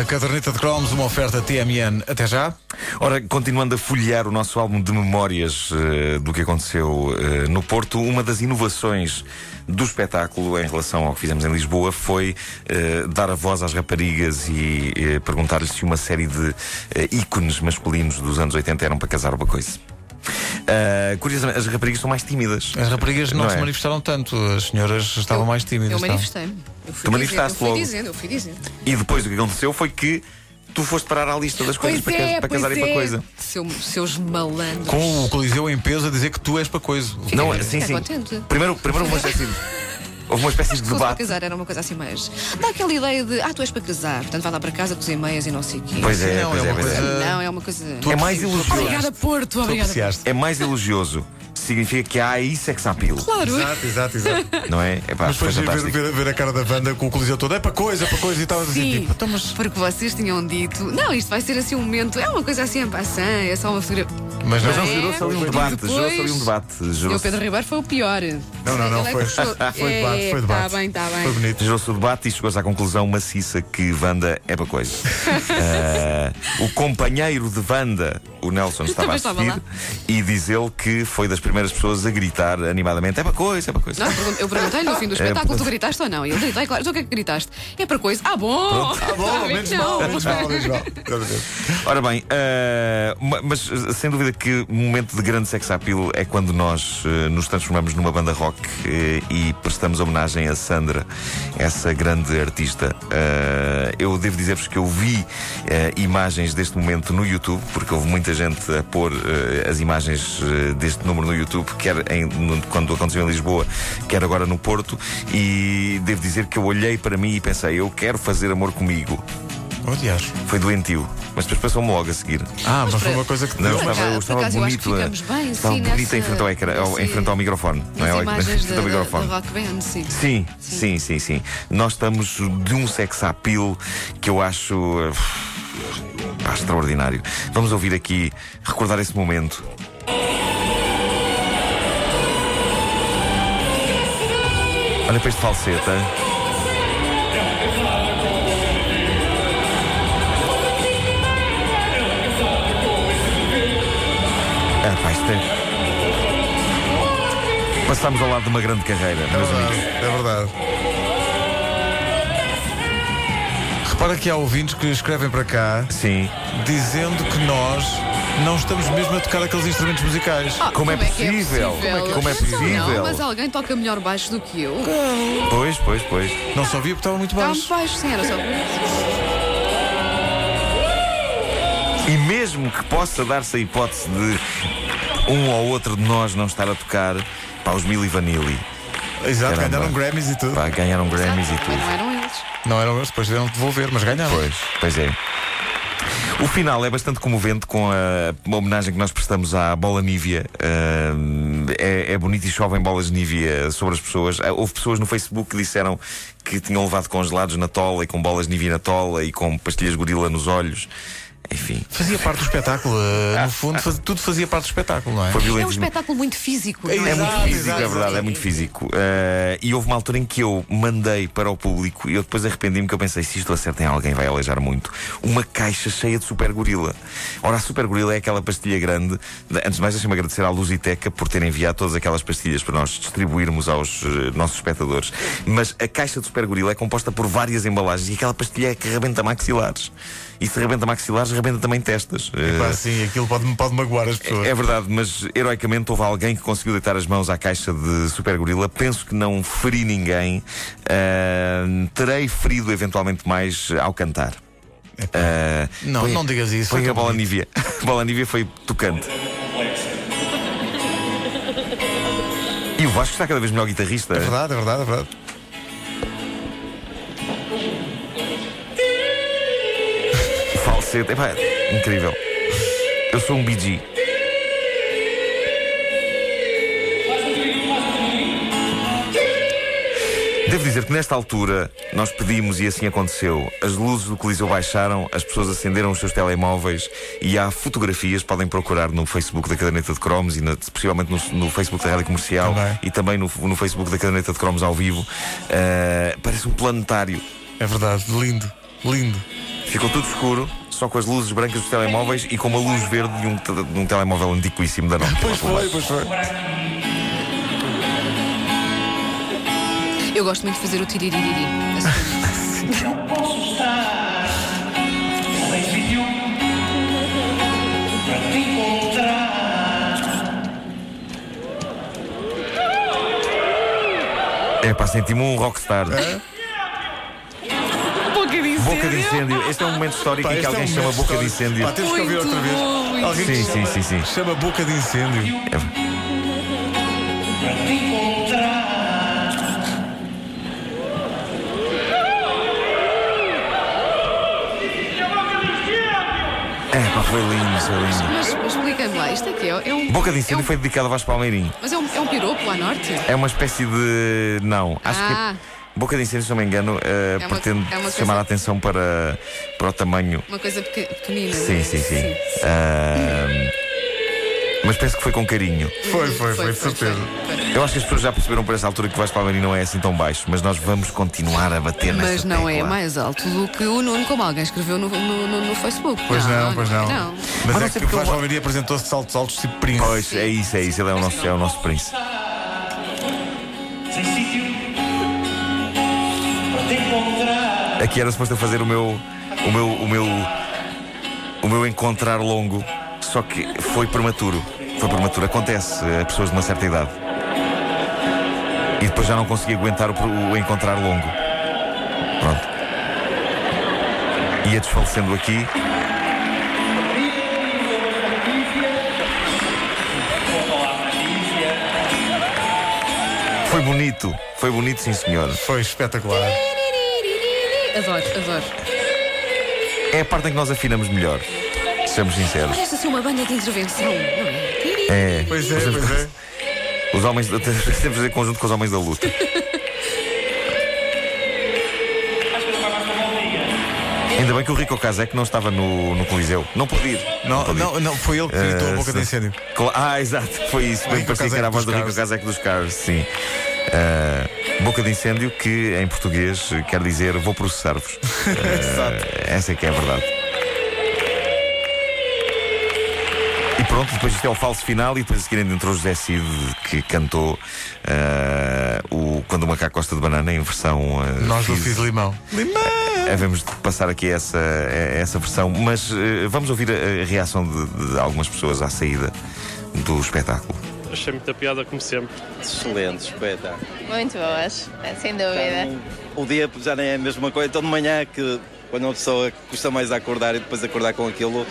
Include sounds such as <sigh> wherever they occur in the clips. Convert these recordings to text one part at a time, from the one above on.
A caderneta de cromos, uma oferta TMN. Até já. Ora, continuando a folhear o nosso álbum de memórias eh, do que aconteceu eh, no Porto, uma das inovações do espetáculo em relação ao que fizemos em Lisboa foi eh, dar a voz às raparigas e eh, perguntar-lhes se uma série de eh, ícones masculinos dos anos 80 eram para casar uma coisa. Ah, curiosamente, as raparigas são mais tímidas. As raparigas não, Não se é? manifestaram tanto, as senhoras estavam mais tímidas. Eu estavam. manifestei-me. Eu fui Tu manifestaste dizendo, eu logo. fui dizendo, eu fui dizendo. E depois o que aconteceu foi que tu foste parar à lista das coisas para, ca- para casar e para coisa. é, Seu, seus malandros. Com o Coliseu em peso a dizer que tu és para coisa. Não, é? assim, Fiquei- sim, fiquei sim. contente. Primeiro, primeiro houve uma espécie de, houve uma espécie de Se fosse para debate. casar era uma coisa assim mais. Dá aquela ideia de, ah, tu és para casar, portanto vai lá para casa, cozer meias e não sei o quê. Pois é, Não, pois é é, uma pois é. coisa- Não, é uma coisa. É mais elogioso. Obrigada, Porto. Tu Obrigada. apreciaste. É mais elogioso. Significa que há aí sex appeal, Claro. Exato, exato, exato. não é? É pá, Mas foi depois de ver, fantástico. ver, ver a cara da Wanda com o Coliseu todo, é para coisa, para coisa e tal. Assim, Sim, tipo, então, mas, porque vocês tinham dito, não, isto vai ser assim um momento, é uma coisa assim em passant, é só uma figura. mas não, Mas não, É, gerou-se ali um e debate, depois- gerou-se ali um debate. E o Gerou-se Pedro Ribeiro foi o pior. não, não, não, Ele é foi, <laughs> que <laughs> foi puxou. debate, foi É, debate. Está bem, está bem. Foi bonito. gerou-se o debate e chegou-se à conclusão maciça que Wanda é uma coisa. Ah, o companheiro de Wanda, o Nelson, estava a estava assistir lá. e diz ele que foi das primeiras pessoas a gritar animadamente: é uma coisa, é uma coisa. Não, eu pergun- eu perguntei-lhe no fim É, do espetáculo, tu gritaste ou não? E ele disse, "Ai, claro, então o que é que gritaste? É para coisa. Ah, bom! Ah, Tá Bom, menos mal, menos mal, menos mal. Ora bem, eh, ma- mas eh, sem dúvida que o momento de grande sex appeal é quando nós eh, nos transformamos numa banda rock eh, e prestamos homenagem a Sandra, essa grande artista. Eh, eu devo dizer-vos que eu vi eh, imagens deste momento no YouTube, porque houve muita gente a pôr eh, as imagens eh, deste número no YouTube, quer em- no- quando aconteceu em Lisboa, quer agora no Porto, e devo dizer que eu olhei para mim e pensei, eu quero fazer amor comigo. Odias. Foi doentio, mas depois passou-me logo a seguir. Ah, mas foi uma coisa que te Não, deu. Por estava, acaso- eu por estava acaso eu acho que bonito, a- ficamos bem, estava sim, bonito nessa- em frente ao, ecrã, ao- nesse- em frente ao microfone. Não é? As Ao- imagens em frente da, ao da, microfone. da Rock Band, sim. Sim, sim, sim, sim. Nós estamos de um sex appeal que eu acho. eh, pá, extraordinário. Vamos ouvir aqui, recordar esse momento. Olha para este falseta. Ah, pá, isto é... Passámos ao lado de uma grande carreira, meus amigos. É verdade. Repara que há ouvintes que escrevem para cá Sim. dizendo que nós não estamos mesmo a tocar aqueles instrumentos musicais. Ah, Como é que possível? Como é que é Então possível? Não, mas alguém toca melhor baixo do que eu. Pois, pois, pois. Não só via porque estava muito Está-me baixo. baixo, sim, era só por isso. E mesmo que possa dar-se a hipótese de um ou outro de nós não estar a tocar, pá, os Milli Vanilli, Exato, Caramba. ganharam Grammys e tudo. pá, ganharam Grammys e Mas não tudo. é eram eles. Não eram eles, depois deram devolver, mas ganharam. Pois, pois é. O final é bastante comovente com a, uma homenagem que nós prestamos à bola Nívia. Ahm, é, é bonito e chovem bolas Nívia sobre as pessoas. Ah, Houve pessoas no Facebook que disseram que tinham levado congelados na tola e com bolas Nívia na tola e com pastilhas gorila nos olhos. Enfim, Fazia parte do espetáculo, eh, no fundo, faz- tudo fazia parte do espetáculo, não é? foi É um violentíssimo. espetáculo muito físico. É não É muito Exato, físico, exato, é verdade, é muito físico. Eh, e houve uma altura em que eu mandei para o público e eu depois arrependi-me que eu pensei: se isto acerta em alguém, vai aleijar muito. Uma caixa cheia de super gorila. Ora, a super gorila é aquela pastilha grande. De- Antes de mais, deixa-me agradecer à Lusiteca por ter enviado todas aquelas pastilhas para nós distribuirmos aos eh, nossos espectadores. Mas a caixa de super gorila é composta por várias embalagens e aquela pastilha é que rebenta maxilares. E se rebenta maxilares, rebenta também testas. Eh, Pá, sim, aquilo pode, pode magoar as pessoas. é verdade, mas heroicamente houve alguém que conseguiu deitar as mãos à caixa de Super Gorila. Penso que não feri ninguém. Ahn, terei ferido eventualmente mais ao cantar. Ah, Não, não digas isso, é Foi foi a tão bola Nívia. <laughs> A bola Nívia foi tocante. E o Vasco está cada vez melhor guitarrista. É verdade, é verdade, é verdade. Falsete. Epá, Incrível. Eu sou um BG. Devo dizer que nesta altura nós pedimos e assim aconteceu. As luzes do Coliseu baixaram, as pessoas acenderam os seus telemóveis e há fotografias, podem procurar no Facebook da Caderneta de Cromos e na- possivelmente no, no Facebook da Rádio Comercial Também. e também no, no Facebook da Caderneta de Cromos ao vivo. Ah, parece um planetário. É verdade, lindo, lindo. Ficou tudo escuro, só com as luzes brancas dos telemóveis e com uma luz verde de um, te- de um telemóvel antiquíssimo da Nokia. Pois foi, pois foi. Eu gosto muito de fazer o tiririri. assim. a seguir. É pá, senti-me um rockstar. Boca de incêndio. Boca de incêndio. Este é um momento histórico Pá, em este que é alguém um chama momento boca de histórico. incêndio. Pá, temos que ouvir Muito outra vez. bom, muito Alguém que Sim, chama, sim, sim, sim. chama boca de incêndio. É pá, foi lindo, foi lindo. Mas mas explica-me lá, isto aqui é, é um. Boca de é incêndio um- foi dedicado a Vasco Palmeirinho. Mas é um, é um piropo lá norte? É uma espécie de. Não, acho Ah. que. Boca de incêndio, se não me engano, eh, uma- pretende é uma chamar coisa- a atenção para, para o tamanho Uma coisa peque- pequenina. não Sim, é? sim, sim. Ahm, mas penso que foi com carinho. Foi, foi, foi, de certeza. foi, foi. Eu acho que as pessoas já perceberam por essa altura que o Vasco Palmeirinho não é assim tão baixo, mas nós vamos continuar a bater nessa Mas não é tecla. mais alto do que o Nuno, como alguém escreveu no, no, no- no Facebook. Ah, Pois não, pois não. Não. Mas, Mas não é que sei o porque eu- Vasco Almeida apresentou-se de saltos altos tipo príncipe. Pois, é isso, é isso. Ele é o nosso, é o nosso príncipe. Aqui É era suposto eu fazer o meu, o meu, o meu, o meu encontrar longo, só que foi prematuro. Foi prematuro. Acontece a pessoas de uma certa idade. E depois já não consegui aguentar o, pro- o encontrar longo. Pronto. Ia desfalecendo aqui. Foi bonito. Foi bonito, sim, senhora. Foi espetacular. Adoro, adoro. É a parte em que nós afinamos melhor. Sejamos sinceros. Parece assim uma banda de intervenção, não é? É. Pois é, pois é. Os homens. <laughs> Temos que fazer conjunto com os homens da luta. Ainda bem que o Rico Casé que não estava no, no Coliseu. Não podia. É, ir. Não, pôde ir. não, não, foi ele que gritou a boca de incêndio. Cla- Ah, exato, foi isso. Bem, Rico parecia que era a Casaco voz do dos Rico Cars. Casaco dos Cars, sim. Ah, boca de incêndio, que em português eh, quer dizer vou processar-vos. <laughs> Exato. Eh, Essa é que é a verdade. E pronto, depois isto é o falso final e depois a seguir ainda entrou José Cid que cantou eh, o Quando o Macaco Gosta de Banana em versão eh, Nós do Fizz. Fiz Limão. Havemos de Eh, passar aqui essa, eh, essa versão, mas eh, vamos ouvir a, a reação de, de algumas pessoas à saída do espetáculo. Achei muita piada, como sempre. Excelente, espetáculo. Muito boas, sem dúvida. O dia já nem é a mesma coisa, então de manhã que quando uma pessoa custa mais a acordar e depois acordar com aquilo,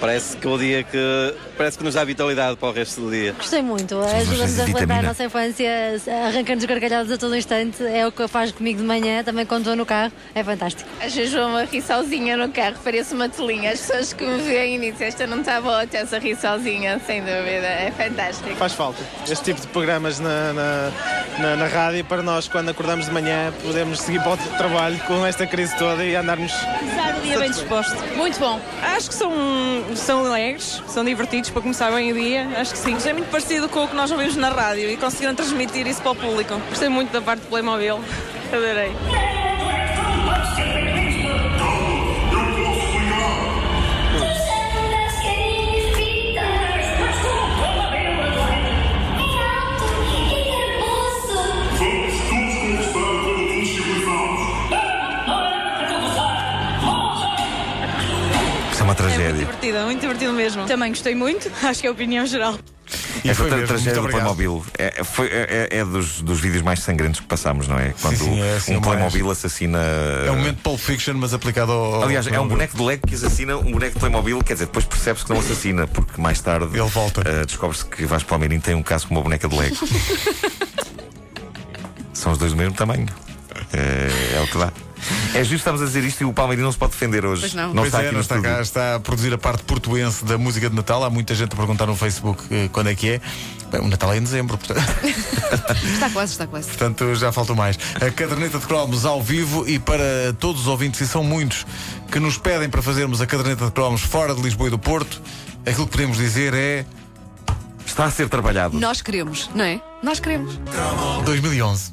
parece que é o dia que parece que nos dá vitalidade para o resto do dia. Gostei muito, mas ajuda-nos é a relembrar a vitamina. nossa infância, arrancando os gargalhados a todo instante, é o que faz comigo de manhã, também quando estou no carro, é fantástico. Às vezes vou-me a rir sozinha no carro, parece uma telinha. As pessoas que me veem e dizem esta não está boa, até a rir sozinha, sem dúvida. É fantástico. Faz falta. Este tipo de programas na, na, na- na rádio, para nós, quando acordamos de manhã, podemos seguir para o trabalho com esta crise toda e andarmos. Começar o dia bem disposto. Muito bom. Acho que são, são alegres, são divertidos para começar bem o dia, acho que sim. Isto é muito parecido com o que nós ouvimos na rádio e conseguiram transmitir isso para o público. Gostei muito da parte do Playmobil, adorei. Isso é uma É muito tragédia. divertido, muito divertido mesmo. Também gostei muito, <laughs> acho que é a opinião geral. E Essa foi tra- mesmo, É tragédia muito do obrigado. Playmobil é, foi- é- é- é dos, dos vídeos mais sangrentos que passamos, não é? Quando sim, é assim um o Playmobil assassina. É um momento Pulp Fiction, mas aplicado ao. Aliás, é um ao- boneco de Lego que assassina um boneco de Playmobil, quer dizer, depois percebe-se que não assassina, porque mais tarde Ele volta. eh, descobre-se que Vasco Palmeirinho tem um caso com uma boneca <laughs> de Lego. São os dois do mesmo tamanho. Eh, é o que dá. É justo estamos a dizer isto e o Palmeirinho não se pode defender hoje. Pois não. não pois está é, aqui não no está estúdio. cá, está a produzir a parte portuense da música de Natal. Há muita gente a perguntar no Facebook eh, quando é que é. Bem, o Natal é em dezembro, portanto, Está quase, está quase. portanto, já faltou mais. A caderneta de cromos ao vivo e para todos os ouvintes, e são muitos, que nos pedem para fazermos a caderneta de cromos fora de Lisboa e do Porto, aquilo que podemos dizer é Está a ser trabalhado. Nós queremos, não é? Nós queremos. 2011.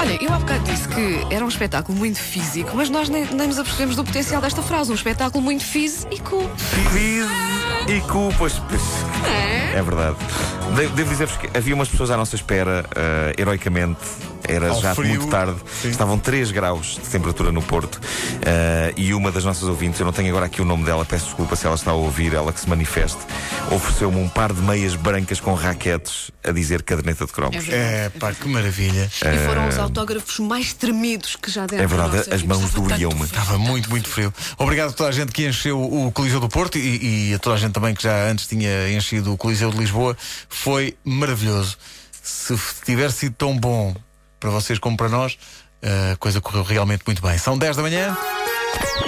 Olha, eu há bocado disse que era um espetáculo muito físico, mas nós nem, nem nos apercebemos do potencial desta frase. Um espetáculo muito físico. Feliz e cu, pois. pois. É verdade. De- devo dizer-vos que havia umas pessoas à nossa espera, eh, heroicamente. Era Ao já frio. muito tarde. Sim. Estavam 3 graus de temperatura no Porto. eh, e uma das nossas ouvintes, eu não tenho agora aqui o nome dela, peço desculpa se ela está a ouvir, ela que se manifeste, ofereceu-me um par de meias brancas com raquetes a dizer caderneta de cromos. É pá, que maravilha. E foram os autógrafos mais tremidos que já deram. É verdade, Nossa, as eu mãos gostava tanto doíam-me. de ver. Estava muito, muito frio. Obrigado a toda a gente que encheu o Coliseu do Porto e, e a toda a gente também que já antes tinha enchido o Coliseu de Lisboa. Foi maravilhoso. Se f- tiver sido tão bom para vocês como para nós, a coisa correu realmente muito bem. São 10 da manhã. É um